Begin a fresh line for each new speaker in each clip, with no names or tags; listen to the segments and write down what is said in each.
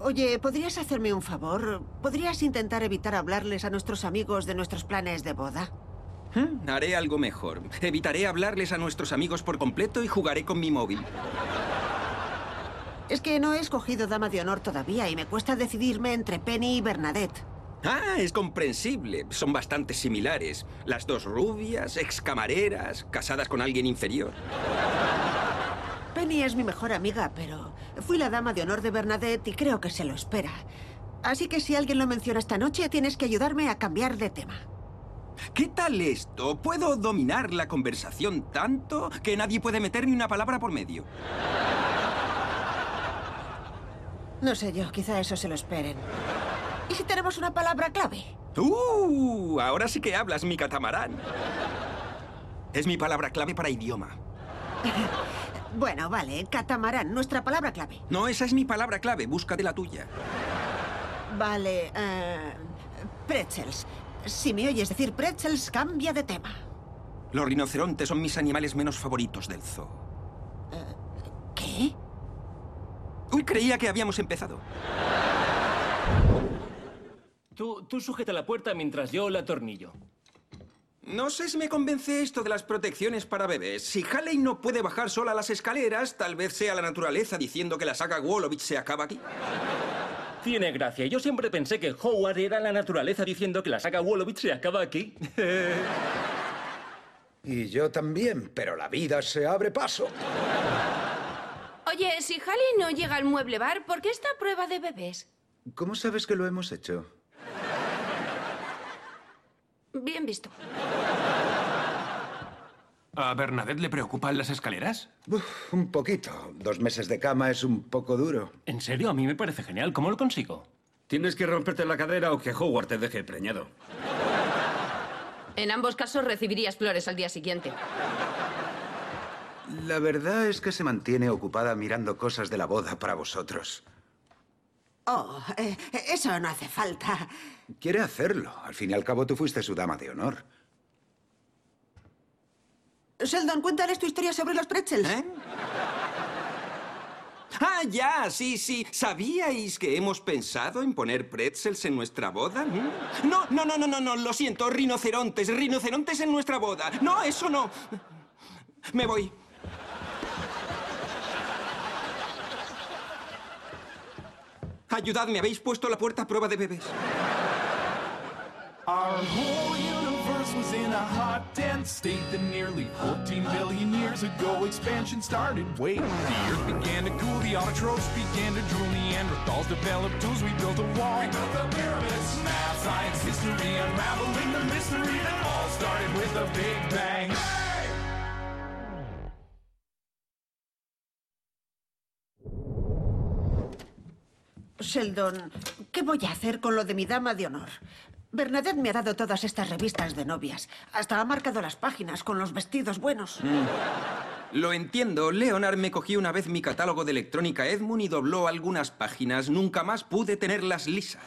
Oye, ¿podrías hacerme un favor? ¿Podrías intentar evitar hablarles a nuestros amigos de nuestros planes de boda?
Hmm, haré algo mejor. Evitaré hablarles a nuestros amigos por completo y jugaré con mi móvil.
Es que no he escogido dama de honor todavía y me cuesta decidirme entre Penny y Bernadette.
Ah, es comprensible. Son bastante similares. Las dos rubias, excamareras, casadas con alguien inferior.
Penny es mi mejor amiga, pero fui la dama de honor de Bernadette y creo que se lo espera. Así que si alguien lo menciona esta noche, tienes que ayudarme a cambiar de tema.
¿Qué tal esto? Puedo dominar la conversación tanto que nadie puede meter ni una palabra por medio.
No sé yo, quizá eso se lo esperen. ¿Y si tenemos una palabra clave?
¡Uh! Ahora sí que hablas, mi catamarán. Es mi palabra clave para idioma.
Bueno, vale, catamarán, nuestra palabra clave.
No, esa es mi palabra clave. Búscate la tuya.
Vale, eh, pretzels. Si me oyes decir pretzels, cambia de tema.
Los rinocerontes son mis animales menos favoritos del zoo.
¿Qué?
Uy, creía que habíamos empezado.
Tú, tú sujeta la puerta mientras yo la atornillo.
No sé si me convence esto de las protecciones para bebés. Si Haley no puede bajar sola las escaleras, tal vez sea la naturaleza diciendo que la saga Wolovich se acaba aquí.
Tiene gracia. Yo siempre pensé que Howard era la naturaleza diciendo que la saga Wolowitz se acaba aquí.
Y yo también, pero la vida se abre paso.
Oye, si Halley no llega al mueble bar, ¿por qué esta prueba de bebés?
¿Cómo sabes que lo hemos hecho?
Bien visto.
¿A Bernadette le preocupan las escaleras?
Uf, un poquito. Dos meses de cama es un poco duro.
En serio, a mí me parece genial. ¿Cómo lo consigo?
Tienes que romperte la cadera o que Howard te deje preñado.
En ambos casos recibirías flores al día siguiente.
La verdad es que se mantiene ocupada mirando cosas de la boda para vosotros.
Oh, eh, eso no hace falta.
Quiere hacerlo. Al fin y al cabo tú fuiste su dama de honor.
Sheldon, cuéntales tu historia sobre los pretzels.
¿Eh? Ah, ya, sí, sí. ¿Sabíais que hemos pensado en poner pretzels en nuestra boda? ¿Mm? No, no, no, no, no, no. Lo siento, rinocerontes, rinocerontes en nuestra boda. No, eso no. Me voy. Ayudadme, habéis puesto la puerta a prueba de bebés.
Our whole universe was in a hot, dense state that nearly 14 billion years ago expansion started. Wait, the earth began to cool, the autotrophs began to drool, Neanderthals developed tools, we built a wall. We built the pyramids, math, science, history, unraveling the mystery that all started with a big bang.
Sheldon, ¿qué voy a hacer con lo de mi dama de honor? Bernadette me ha dado todas estas revistas de novias. Hasta ha marcado las páginas con los vestidos buenos.
Lo entiendo. Leonard me cogió una vez mi catálogo de electrónica Edmund y dobló algunas páginas. Nunca más pude tenerlas lisas.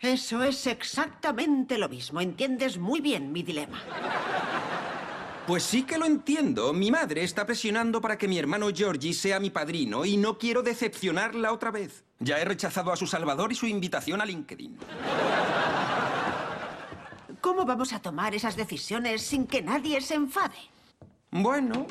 Eso es exactamente lo mismo. Entiendes muy bien mi dilema.
Pues sí que lo entiendo. Mi madre está presionando para que mi hermano Georgie sea mi padrino y no quiero decepcionarla otra vez. Ya he rechazado a su salvador y su invitación a LinkedIn.
¿Cómo vamos a tomar esas decisiones sin que nadie se enfade?
Bueno,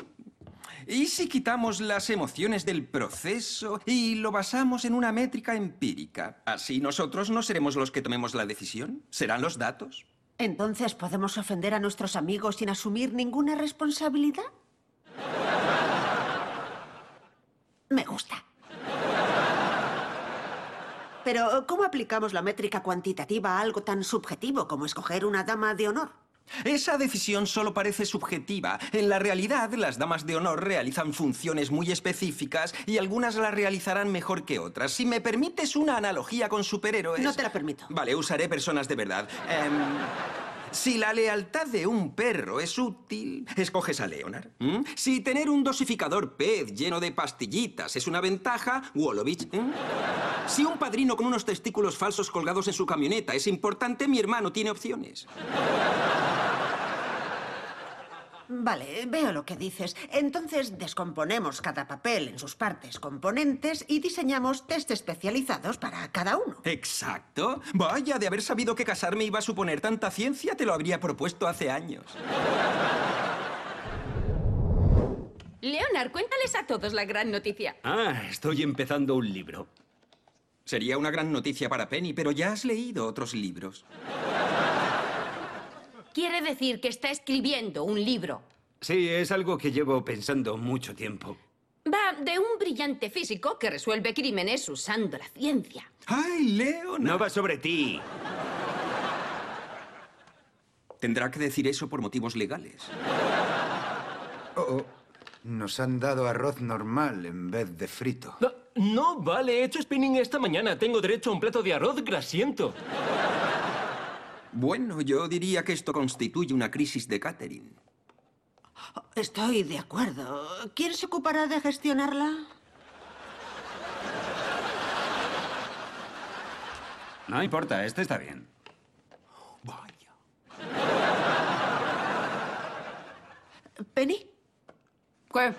¿y si quitamos las emociones del proceso y lo basamos en una métrica empírica? Así nosotros no seremos los que tomemos la decisión, serán los datos.
Entonces, ¿podemos ofender a nuestros amigos sin asumir ninguna responsabilidad? Me gusta. Pero, ¿cómo aplicamos la métrica cuantitativa a algo tan subjetivo como escoger una dama de honor?
Esa decisión solo parece subjetiva. En la realidad, las damas de honor realizan funciones muy específicas y algunas las realizarán mejor que otras. Si me permites una analogía con superhéroes...
No te la permito.
Vale, usaré personas de verdad. Em, si la lealtad de un perro es útil, escoges a Leonard. ¿m? Si tener un dosificador pez lleno de pastillitas es una ventaja, Wolovich. ¿m? Si un padrino con unos testículos falsos colgados en su camioneta es importante, mi hermano tiene opciones.
Vale, veo lo que dices. Entonces descomponemos cada papel en sus partes componentes y diseñamos test especializados para cada uno.
Exacto. Vaya, de haber sabido que casarme iba a suponer tanta ciencia, te lo habría propuesto hace años.
Leonard, cuéntales a todos la gran noticia.
Ah, estoy empezando un libro.
Sería una gran noticia para Penny, pero ya has leído otros libros.
Quiere decir que está escribiendo un libro.
Sí, es algo que llevo pensando mucho tiempo.
Va de un brillante físico que resuelve crímenes usando la ciencia.
¡Ay, Leonard!
No va sobre ti.
Tendrá que decir eso por motivos legales.
Oh, oh. Nos han dado arroz normal en vez de frito.
No, no, vale, he hecho spinning esta mañana. Tengo derecho a un plato de arroz grasiento.
Bueno, yo diría que esto constituye una crisis de catering.
Estoy de acuerdo. ¿Quién se ocupará de gestionarla?
No importa, este está bien.
¿Penny?
¿Qué?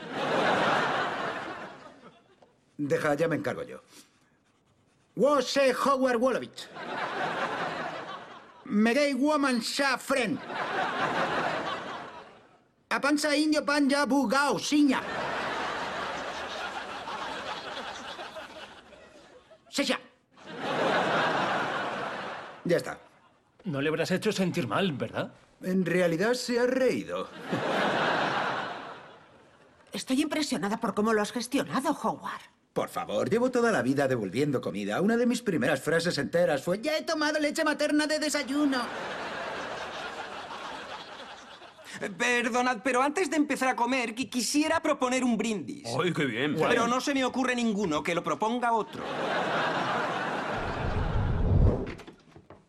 Deja, ya me encargo yo. Wose Howard Wolowitz. Megay Woman Shafren. Apanza Indio Panja Bugao Siña. Sesha. Ya está.
No le habrás hecho sentir mal, ¿verdad?
En realidad se ha reído.
Estoy impresionada por cómo lo has gestionado, Howard.
Por favor, llevo toda la vida devolviendo comida. Una de mis primeras frases enteras fue: Ya he tomado leche materna de desayuno.
Eh, Perdonad, pero antes de empezar a comer, qui- quisiera proponer un brindis.
¡Ay, qué bien!
Pero no se me ocurre ninguno que lo proponga otro.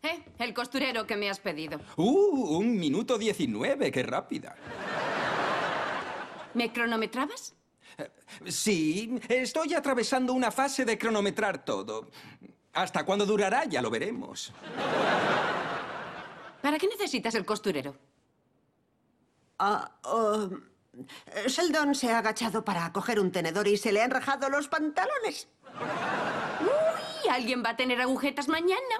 Eh, el costurero que me has pedido.
¡Uh! Un minuto 19, qué rápida.
¿Me cronometrabas?
Sí, estoy atravesando una fase de cronometrar todo. Hasta cuándo durará ya lo veremos.
¿Para qué necesitas el costurero?
Ah, oh, Sheldon se ha agachado para coger un tenedor y se le han rajado los pantalones.
¡Uy! ¿Alguien va a tener agujetas mañana?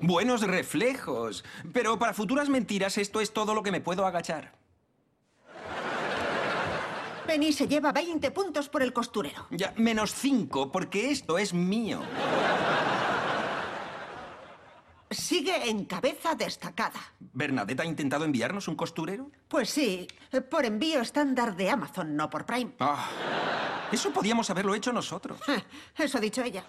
Buenos reflejos. Pero para futuras mentiras esto es todo lo que me puedo agachar.
Penny se lleva 20 puntos por el costurero.
Ya, menos cinco, porque esto es mío.
Sigue en cabeza destacada.
¿Bernadette ha intentado enviarnos un costurero?
Pues sí, por envío estándar de Amazon, no por Prime.
Ah, eso podíamos haberlo hecho nosotros.
Ja, Eso ha dicho ella.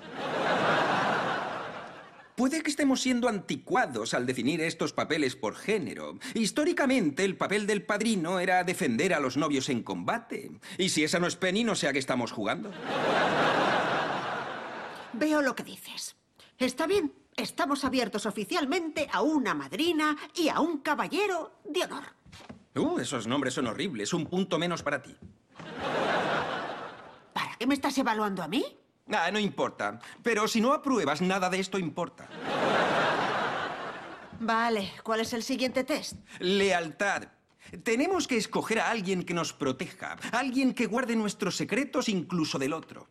Puede que estemos siendo anticuados al definir estos papeles por género. Históricamente, el papel del padrino era defender a los novios en combate. Y si esa no es Penny, no sé a qué estamos jugando.
Veo lo que dices. Está bien, estamos abiertos oficialmente a una madrina y a un caballero de honor.
Uh, esos nombres son horribles. Un punto menos para ti.
¿Para qué me estás evaluando a mí?
Ah, no importa. Pero si no apruebas, nada de esto importa.
Vale, ¿cuál es el siguiente test?
Lealtad. Tenemos que escoger a alguien que nos proteja, alguien que guarde nuestros secretos incluso del otro.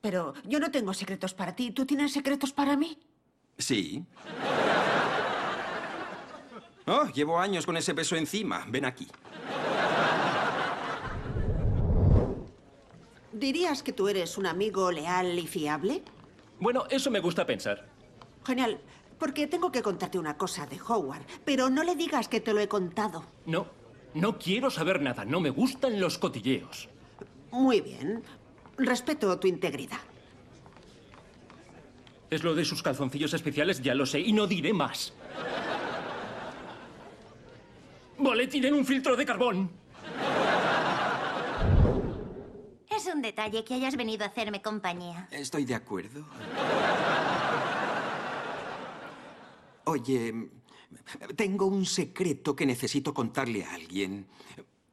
Pero yo no tengo secretos para ti, ¿tú tienes secretos para mí?
Sí. Oh, llevo años con ese peso encima. Ven aquí.
¿Dirías que tú eres un amigo leal y fiable?
Bueno, eso me gusta pensar.
Genial, porque tengo que contarte una cosa de Howard, pero no le digas que te lo he contado.
No, no quiero saber nada. No me gustan los cotilleos.
Muy bien, respeto tu integridad.
Es lo de sus calzoncillos especiales, ya lo sé, y no diré más. Vale, tienen un filtro de carbón.
Es un detalle que hayas venido a hacerme compañía.
Estoy de acuerdo. Oye, tengo un secreto que necesito contarle a alguien,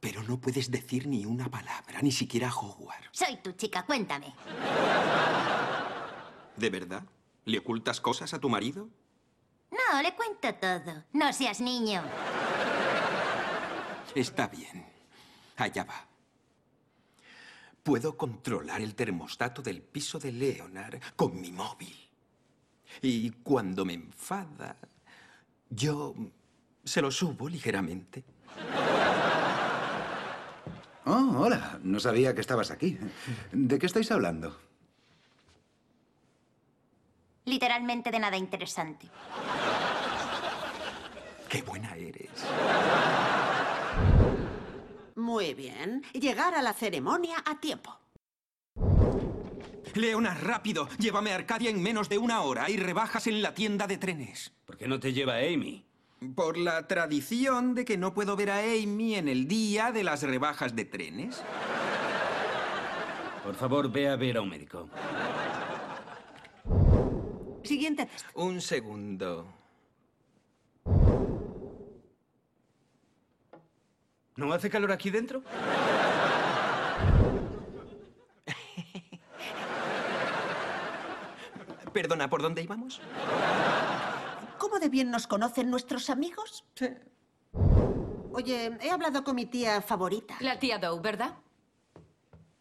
pero no puedes decir ni una palabra, ni siquiera a Howard.
Soy tu chica, cuéntame.
¿De verdad? ¿Le ocultas cosas a tu marido?
No, le cuento todo. No seas niño.
Está bien. Allá va. Puedo controlar el termostato del piso de Leonard con mi móvil. Y cuando me enfada, yo se lo subo ligeramente.
Oh, hola. No sabía que estabas aquí. ¿De qué estáis hablando?
Literalmente de nada interesante.
Qué buena eres.
Muy bien. Llegar a la ceremonia a tiempo.
Leonard, rápido, llévame a Arcadia en menos de una hora y rebajas en la tienda de trenes.
¿Por qué no te lleva Amy?
Por la tradición de que no puedo ver a Amy en el día de las rebajas de trenes.
Por favor, ve a ver a un médico.
Siguiente test.
Un segundo.
¿No hace calor aquí dentro?
Perdona, ¿por dónde íbamos?
¿Cómo de bien nos conocen nuestros amigos? Oye, he hablado con mi tía favorita.
La tía Dow, ¿verdad?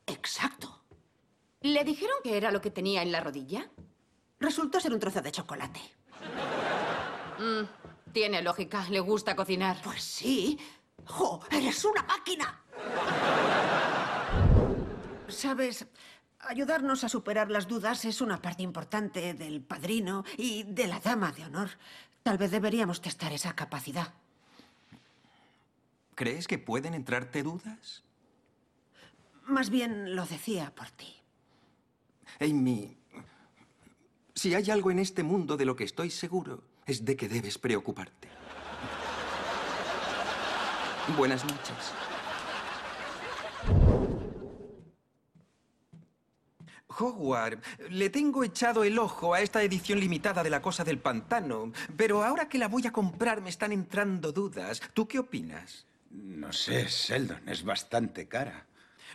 Exacto.
¿Le dijeron que era lo que tenía en la rodilla?
Resultó ser un trozo de chocolate.
Tiene lógica, le gusta cocinar.
Pues sí. ¡Jo! ¡Eres una máquina! Sabes, ayudarnos a superar las dudas es una parte importante del padrino y de la dama de honor. Tal vez deberíamos testar esa capacidad.
¿Crees que pueden entrarte dudas?
Más bien lo decía por ti.
Amy, si hay algo en este mundo de lo que estoy seguro, es de que debes preocuparte. Buenas noches. Howard, le tengo echado el ojo a esta edición limitada de La Cosa del Pantano, pero ahora que la voy a comprar me están entrando dudas. ¿Tú qué opinas?
No sé, Sheldon, es bastante cara.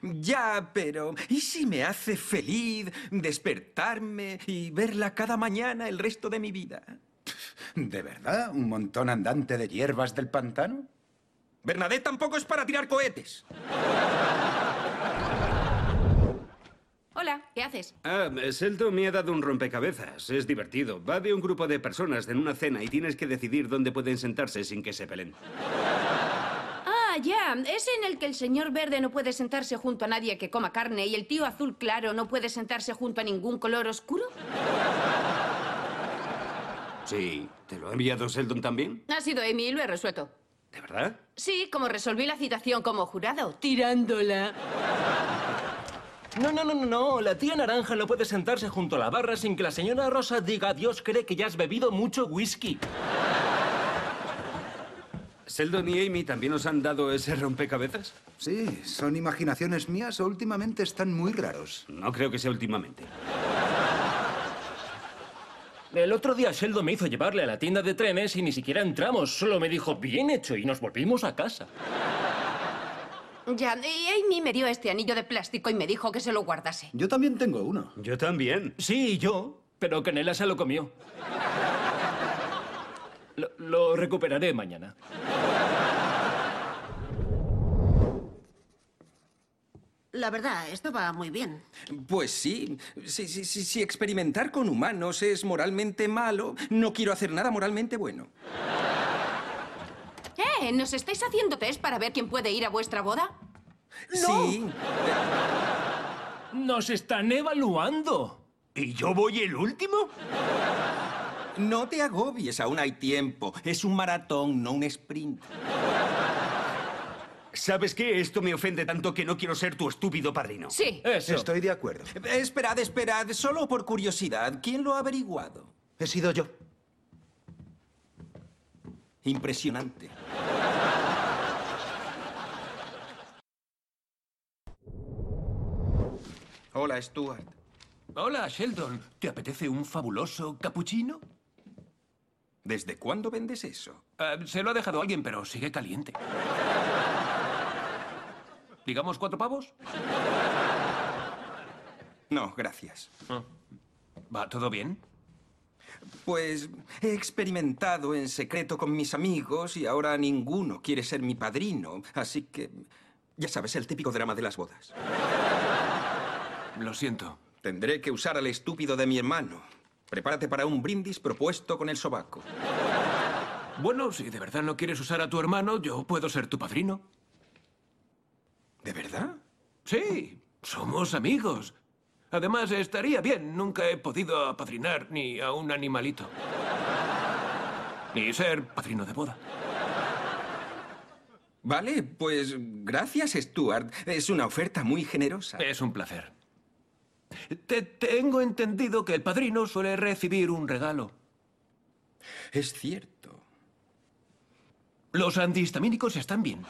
Ya, pero ¿y si me hace feliz despertarme y verla cada mañana el resto de mi vida?
¿De verdad? ¿Un montón andante de hierbas del pantano?
Bernadette tampoco es para tirar cohetes.
Hola, ¿qué haces?
Ah, Seldo me ha dado un rompecabezas. Es divertido. Va de un grupo de personas en una cena y tienes que decidir dónde pueden sentarse sin que se peleen.
Ah, ya, es en el que el señor verde no puede sentarse junto a nadie que coma carne y el tío azul claro no puede sentarse junto a ningún color oscuro.
Sí, ¿te lo ha enviado Seldon también?
Ha sido Amy y lo he resuelto.
¿De verdad?
Sí, como resolví la citación como jurado, tirándola.
No, no, no, no, no. La tía naranja no puede sentarse junto a la barra sin que la señora rosa diga adiós, cree que ya has bebido mucho whisky.
¿Seldon y Amy también os han dado ese rompecabezas?
Sí, son imaginaciones mías o últimamente están muy raros.
No creo que sea últimamente.
El otro día Sheldon me hizo llevarle a la tienda de trenes y ni siquiera entramos. Solo me dijo bien hecho y nos volvimos a casa.
Ya, y Amy me dio este anillo de plástico y me dijo que se lo guardase.
Yo también tengo uno.
Yo también.
Sí, yo, pero Canela se lo comió. Lo, lo recuperaré mañana.
La verdad, esto va muy bien.
Pues sí, si, si, si, si experimentar con humanos es moralmente malo, no quiero hacer nada moralmente bueno.
¿Eh? ¿Nos estáis haciendo test para ver quién puede ir a vuestra boda?
Sí,
¡Nos están evaluando!
¿Y yo voy el último?
no te agobies, aún hay tiempo. Es un maratón, no un sprint.
¿Sabes qué? Esto me ofende tanto que no quiero ser tu estúpido padrino.
Sí.
Eso.
Estoy de acuerdo.
Eh, Esperad, esperad, solo por curiosidad, ¿quién lo ha averiguado?
He sido yo.
Impresionante. Hola, Stuart.
Hola, Sheldon. ¿Te apetece un fabuloso capuchino?
¿Desde cuándo vendes eso?
Ah, se lo ha dejado alguien, pero sigue caliente. ¿Digamos cuatro pavos?
No, gracias.
¿Va todo bien?
Pues he experimentado en secreto con mis amigos y ahora ninguno quiere ser mi padrino, así que ya sabes, el típico drama de las bodas.
Lo siento.
Tendré que usar al estúpido de mi hermano. Prepárate para un brindis propuesto con el sobaco.
Bueno, si de verdad no quieres usar a tu hermano, yo puedo ser tu padrino.
¿De verdad?
Sí, somos amigos. Además, estaría bien. Nunca he podido apadrinar ni a un animalito. Ni ser padrino de boda.
Vale, pues gracias, Stuart. Es una oferta muy generosa.
Es un placer. Te tengo entendido que el padrino suele recibir un regalo.
Es cierto.
Los antihistamínicos están bien.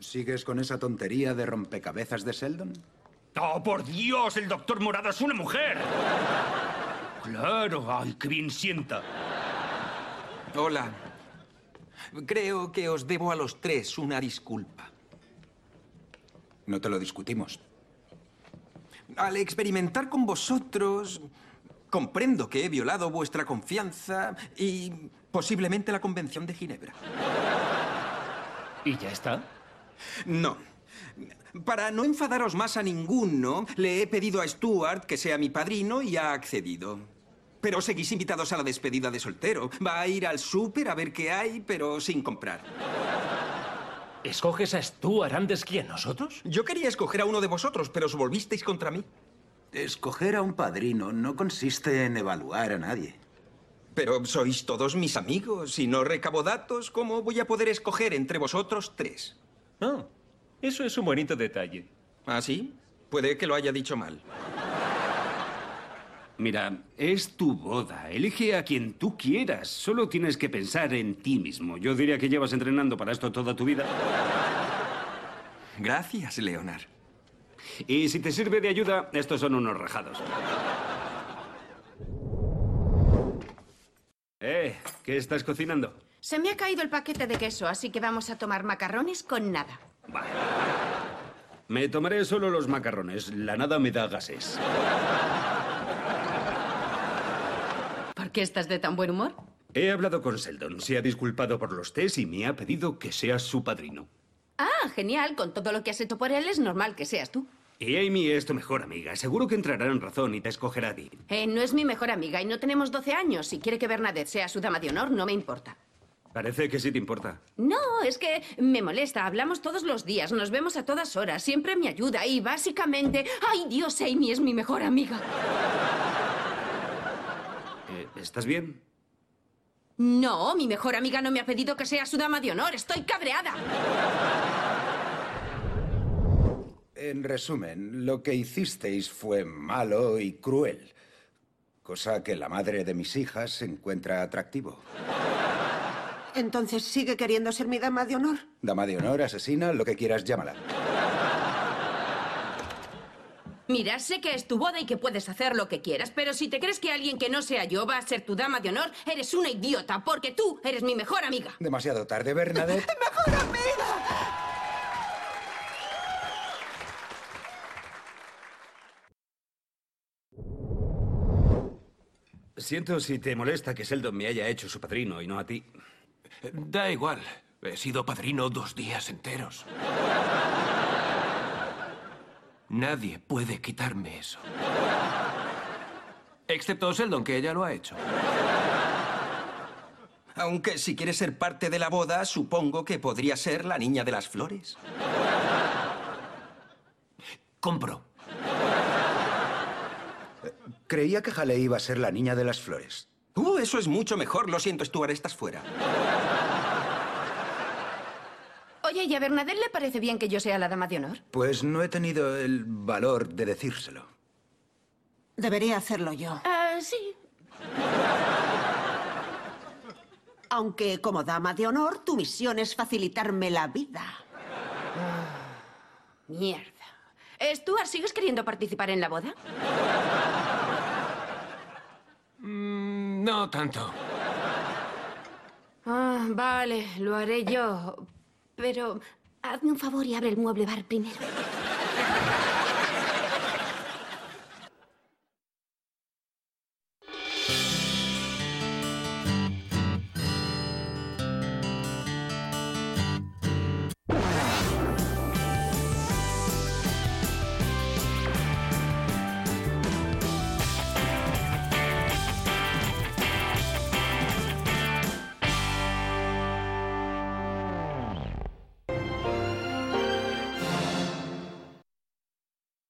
¿Sigues con esa tontería de rompecabezas de Sheldon?
¡Oh, por Dios! ¡El doctor Morada es una mujer! ¡Claro! ¡Ay, qué bien sienta!
Hola. Creo que os debo a los tres una disculpa.
No te lo discutimos.
Al experimentar con vosotros, comprendo que he violado vuestra confianza y posiblemente la Convención de Ginebra.
¿Y ya está?
No. Para no enfadaros más a ninguno, le he pedido a Stuart que sea mi padrino y ha accedido. Pero seguís invitados a la despedida de soltero. Va a ir al súper a ver qué hay, pero sin comprar.
¿Escoges a Stuart antes que a nosotros?
Yo quería escoger a uno de vosotros, pero os volvisteis contra mí.
Escoger a un padrino no consiste en evaluar a nadie.
Pero sois todos mis amigos. Si no recabo datos, ¿cómo voy a poder escoger entre vosotros tres?
Ah, eso es un bonito detalle.
¿Ah, sí? Puede que lo haya dicho mal.
Mira, es tu boda. Elige a quien tú quieras. Solo tienes que pensar en ti mismo. Yo diría que llevas entrenando para esto toda tu vida.
Gracias, Leonard.
Y si te sirve de ayuda, estos son unos rajados. Eh, ¿qué estás cocinando?
Se me ha caído el paquete de queso, así que vamos a tomar macarrones con nada.
Vale. Me tomaré solo los macarrones. La nada me da gases.
¿Por qué estás de tan buen humor?
He hablado con Seldon. Se ha disculpado por los test y me ha pedido que seas su padrino.
Ah, genial. Con todo lo que has hecho por él es normal que seas tú.
Y Amy es tu mejor amiga. Seguro que entrará en razón y te escogerá a ti.
Eh, no es mi mejor amiga y no tenemos 12 años. Si quiere que Bernadette sea su dama de honor, no me importa.
Parece que sí te importa.
No, es que me molesta. Hablamos todos los días, nos vemos a todas horas, siempre me ayuda y básicamente... ¡Ay, Dios, Amy es mi mejor amiga!
Eh, ¿Estás bien?
No, mi mejor amiga no me ha pedido que sea su dama de honor. Estoy cabreada.
En resumen, lo que hicisteis fue malo y cruel. Cosa que la madre de mis hijas encuentra atractivo.
Entonces sigue queriendo ser mi dama de honor.
Dama de honor, asesina, lo que quieras, llámala.
Mira, sé que es tu boda y que puedes hacer lo que quieras, pero si te crees que alguien que no sea yo va a ser tu dama de honor, eres una idiota, porque tú eres mi mejor amiga.
Demasiado tarde, Bernadette.
¡Mejor amiga!
Siento si te molesta que Seldon me haya hecho su padrino y no a ti.
Eh, Da igual. He sido padrino dos días enteros. Nadie puede quitarme eso. Excepto Seldon, que ya lo ha hecho.
Aunque si quieres ser parte de la boda, supongo que podría ser la niña de las flores.
Compro.
Creía que Haley iba a ser la niña de las flores.
Uh, eso es mucho mejor. Lo siento, Stuart, estás fuera.
Oye, ¿y a Bernadette le parece bien que yo sea la dama de honor?
Pues no he tenido el valor de decírselo.
Debería hacerlo yo.
Ah, sí.
Aunque como dama de honor, tu misión es facilitarme la vida.
Mierda. Stuart, ¿sigues queriendo participar en la boda?
Mm, no tanto.
Ah, vale, lo haré yo. Pero hazme un favor y abre el mueble bar primero.